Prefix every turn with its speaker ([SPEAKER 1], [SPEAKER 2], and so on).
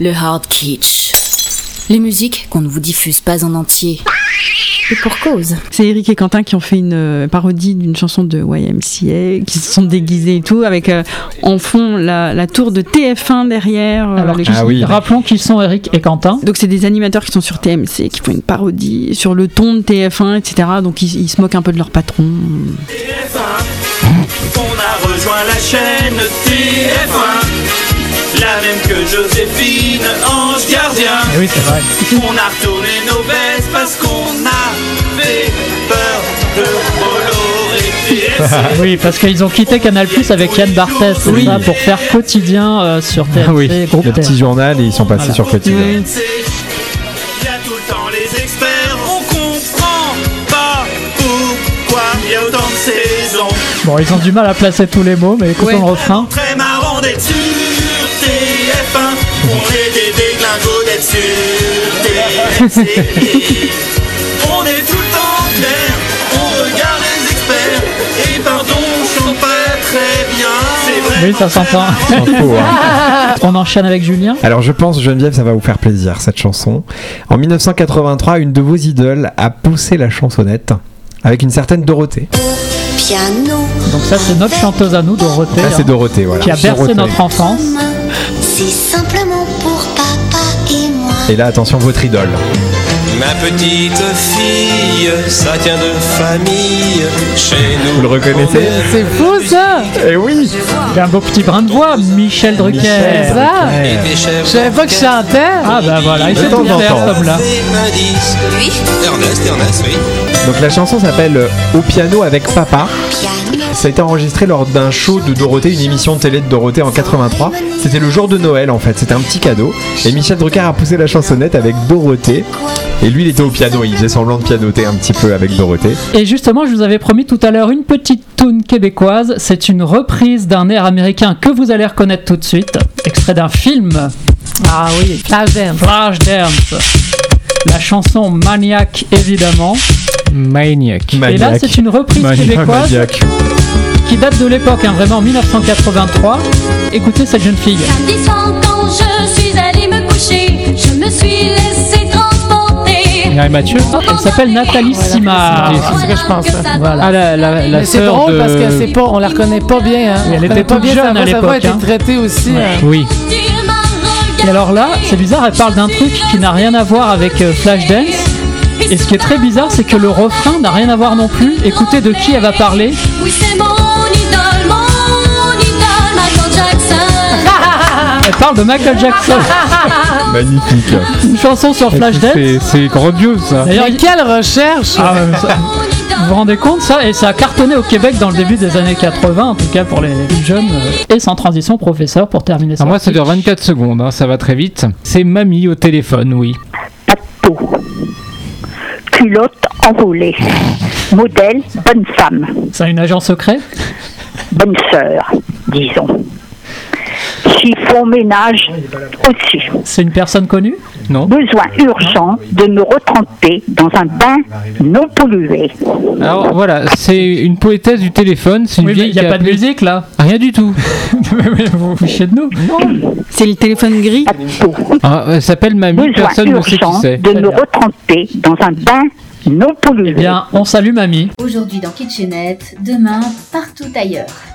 [SPEAKER 1] le hard kitsch. Les musiques qu'on ne vous diffuse pas en entier. Et pour cause.
[SPEAKER 2] C'est Eric et Quentin qui ont fait une euh, parodie d'une chanson de YMCA, qui se sont déguisés et tout, avec euh, en fond la, la tour de TF1 derrière. euh,
[SPEAKER 3] Alors,
[SPEAKER 2] les
[SPEAKER 3] qu'ils-
[SPEAKER 2] gens-
[SPEAKER 4] Ah oui.
[SPEAKER 3] rappelons qu'ils sont Eric et Quentin.
[SPEAKER 2] Donc c'est des animateurs qui sont sur TMC, qui font une parodie sur le ton de TF1, etc. Donc ils, ils se moquent un peu de leur patron.
[SPEAKER 5] On a rejoint la chaîne TF1 La même que Joséphine, ange gardien
[SPEAKER 3] Eh oui, c'est vrai.
[SPEAKER 5] On a retourné nos vestes parce qu'on avait peur de Bolloré TF1
[SPEAKER 3] Eh Oui, parce qu'ils ont quitté Canal Plus avec Yann Barthès, c'est
[SPEAKER 4] Oui.
[SPEAKER 3] ça, pour faire quotidien euh, sur TFC,
[SPEAKER 4] Ah oui,
[SPEAKER 3] groupe
[SPEAKER 4] le petit
[SPEAKER 3] TF1.
[SPEAKER 4] journal et ils sont passés
[SPEAKER 3] Voilà.
[SPEAKER 4] sur quotidien.
[SPEAKER 5] Il y a tout le temps les experts On comprend pas pourquoi il y a autant de saisons
[SPEAKER 3] Bon, ils ont du mal à placer tous les mots, mais écoutons
[SPEAKER 2] Ouais.
[SPEAKER 3] le refrain.
[SPEAKER 5] Très marrant d'être sur TF1 On est des déglingos d'être sur TFC On est tout le temps clair On regarde les experts Et pardon, je chante pas très bien C'est vrai
[SPEAKER 3] Oui, ça s'entend.
[SPEAKER 4] S'en fout, hein.
[SPEAKER 3] On enchaîne avec Julien.
[SPEAKER 4] Alors je pense Geneviève, ça va vous faire plaisir cette chanson. En 1983, une de vos idoles a poussé la chansonnette avec une certaine Dorothée.
[SPEAKER 6] Piano,
[SPEAKER 3] Donc ça, c'est notre chanteuse à nous, Dorothée,
[SPEAKER 4] Là c'est
[SPEAKER 3] hein,
[SPEAKER 4] Dorothée, voilà.
[SPEAKER 3] qui a bercé
[SPEAKER 4] Dorothée.
[SPEAKER 3] notre
[SPEAKER 4] Hein
[SPEAKER 3] enfance.
[SPEAKER 6] main, c'est simplement pour papa et moi.
[SPEAKER 4] Et là attention votre idole.
[SPEAKER 7] Ma petite fille, ça tient de famille. Chez nous,
[SPEAKER 4] Vous le reconnaissez
[SPEAKER 2] C'est faux ça
[SPEAKER 4] Eh oui.
[SPEAKER 3] Il a un beau petit brin de voix, Michel Drucker.
[SPEAKER 4] Michel
[SPEAKER 2] Ça
[SPEAKER 4] Drucker.
[SPEAKER 7] les chefs
[SPEAKER 2] pas que chantais
[SPEAKER 3] Ah bah voilà, il
[SPEAKER 4] De
[SPEAKER 3] sait
[SPEAKER 4] temps
[SPEAKER 3] tout
[SPEAKER 4] en
[SPEAKER 3] faire
[SPEAKER 4] temps.
[SPEAKER 3] cet homme-là.
[SPEAKER 7] me disent.
[SPEAKER 6] Lui,
[SPEAKER 7] Ernest, Ernest, oui.
[SPEAKER 4] Donc la chanson s'appelle euh, Au piano avec papa.
[SPEAKER 6] piano,
[SPEAKER 4] Ça a été enregistré lors d'un show de Dorothée, une émission de télé de Dorothée en 83. C'était le jour de Noël en fait, c'était un petit cadeau. Et Michel Drucker a poussé la chansonnette avec Dorothée.
[SPEAKER 6] quoi
[SPEAKER 4] Et lui il était au piano, il faisait semblant de pianoter un petit peu avec Dorothée.
[SPEAKER 3] Et justement, je vous avais promis tout à l'heure une petite tune québécoise. C'est une reprise d'un air américain que vous allez reconnaître tout de suite, extrait d'un film. Ah oui, Flashdance. La chanson Maniac, évidemment.
[SPEAKER 8] Maniac.
[SPEAKER 3] Et là, c'est une reprise québécoise qui date de l'époque, hein, vraiment 1983. Écoutez cette jeune fille.
[SPEAKER 9] Samedi soir, quand je suis allée me coucher, je me suis laissée transporter.
[SPEAKER 8] Mireille Ah, Mathieu
[SPEAKER 3] Elle s'appelle Nathalie Simard.
[SPEAKER 8] c'est ce que je pense.
[SPEAKER 3] Voilà.
[SPEAKER 8] Ah, la, la, la
[SPEAKER 10] Mais c'est
[SPEAKER 8] sœur
[SPEAKER 10] drôle
[SPEAKER 8] de-
[SPEAKER 10] parce qu'elle sait pas, on la reconnaît pas bien. Hein.
[SPEAKER 3] Elle
[SPEAKER 10] On
[SPEAKER 3] était
[SPEAKER 10] reconnaît pas
[SPEAKER 3] toute
[SPEAKER 10] bien
[SPEAKER 3] jeune à
[SPEAKER 10] sa voix, sa voix a
[SPEAKER 3] l'époque,
[SPEAKER 10] été
[SPEAKER 3] hein.
[SPEAKER 10] traitée aussi. hein.
[SPEAKER 8] Oui.
[SPEAKER 9] Tu m'as regardé.
[SPEAKER 3] Et alors là, c'est bizarre, elle parle d'un truc qui n'a rien à voir avec euh, Flashdance. Et ce qui est très bizarre, c'est que le refrain n'a rien à voir non plus. Écoutez de qui elle va parler.
[SPEAKER 9] Oui, c'est mon idole, mon idole, Michael Jackson.
[SPEAKER 3] Elle parle de Michael Jackson.
[SPEAKER 4] Magnifique.
[SPEAKER 3] Une chanson sur Flashdance.
[SPEAKER 8] C'est- C'est grandiose ça.
[SPEAKER 3] D'ailleurs,
[SPEAKER 10] Mais
[SPEAKER 3] il-
[SPEAKER 10] quelle recherche
[SPEAKER 3] Ah, euh, ça-
[SPEAKER 9] Mon
[SPEAKER 3] vous vous
[SPEAKER 9] idole.
[SPEAKER 3] rendez compte ça Et ça a cartonné au Québec dans le début des années 80, en tout cas pour les les jeunes. euh, Et sans transition, professeur, pour terminer ça.
[SPEAKER 8] Alors moi, ça dure 24 secondes, hein, ça va très vite. C'est Mamie au téléphone, oui.
[SPEAKER 11] Pato. Culotte enroulée. Modèle, bonne femme,
[SPEAKER 3] C'est une agent secret.
[SPEAKER 11] bonne sœur, disons. Chiffon ménage aussi.
[SPEAKER 3] C'est une personne connue.
[SPEAKER 8] Non
[SPEAKER 11] Besoin urgent de me retremper dans un bain non pollué.
[SPEAKER 8] Alors voilà, c'est une poétesse du téléphone, c'est une
[SPEAKER 3] Oui, mais
[SPEAKER 8] vieille
[SPEAKER 3] il n'y
[SPEAKER 8] qui
[SPEAKER 3] a pas de
[SPEAKER 8] appelé-
[SPEAKER 3] musique là.
[SPEAKER 8] Rien du tout.
[SPEAKER 3] Mais vous vous fichez de nous.
[SPEAKER 2] C'est le téléphone gris
[SPEAKER 11] Pato.
[SPEAKER 8] Ah, elle s'appelle Mamie,
[SPEAKER 11] Besoin
[SPEAKER 8] personne ne sait qui
[SPEAKER 11] urgent
[SPEAKER 8] c'est. Eh
[SPEAKER 11] de me
[SPEAKER 3] bien.
[SPEAKER 11] retremper dans un bain non pollué.
[SPEAKER 3] Bien, on salue mamie.
[SPEAKER 1] Aujourd'hui dans Kitchenette, demain partout ailleurs.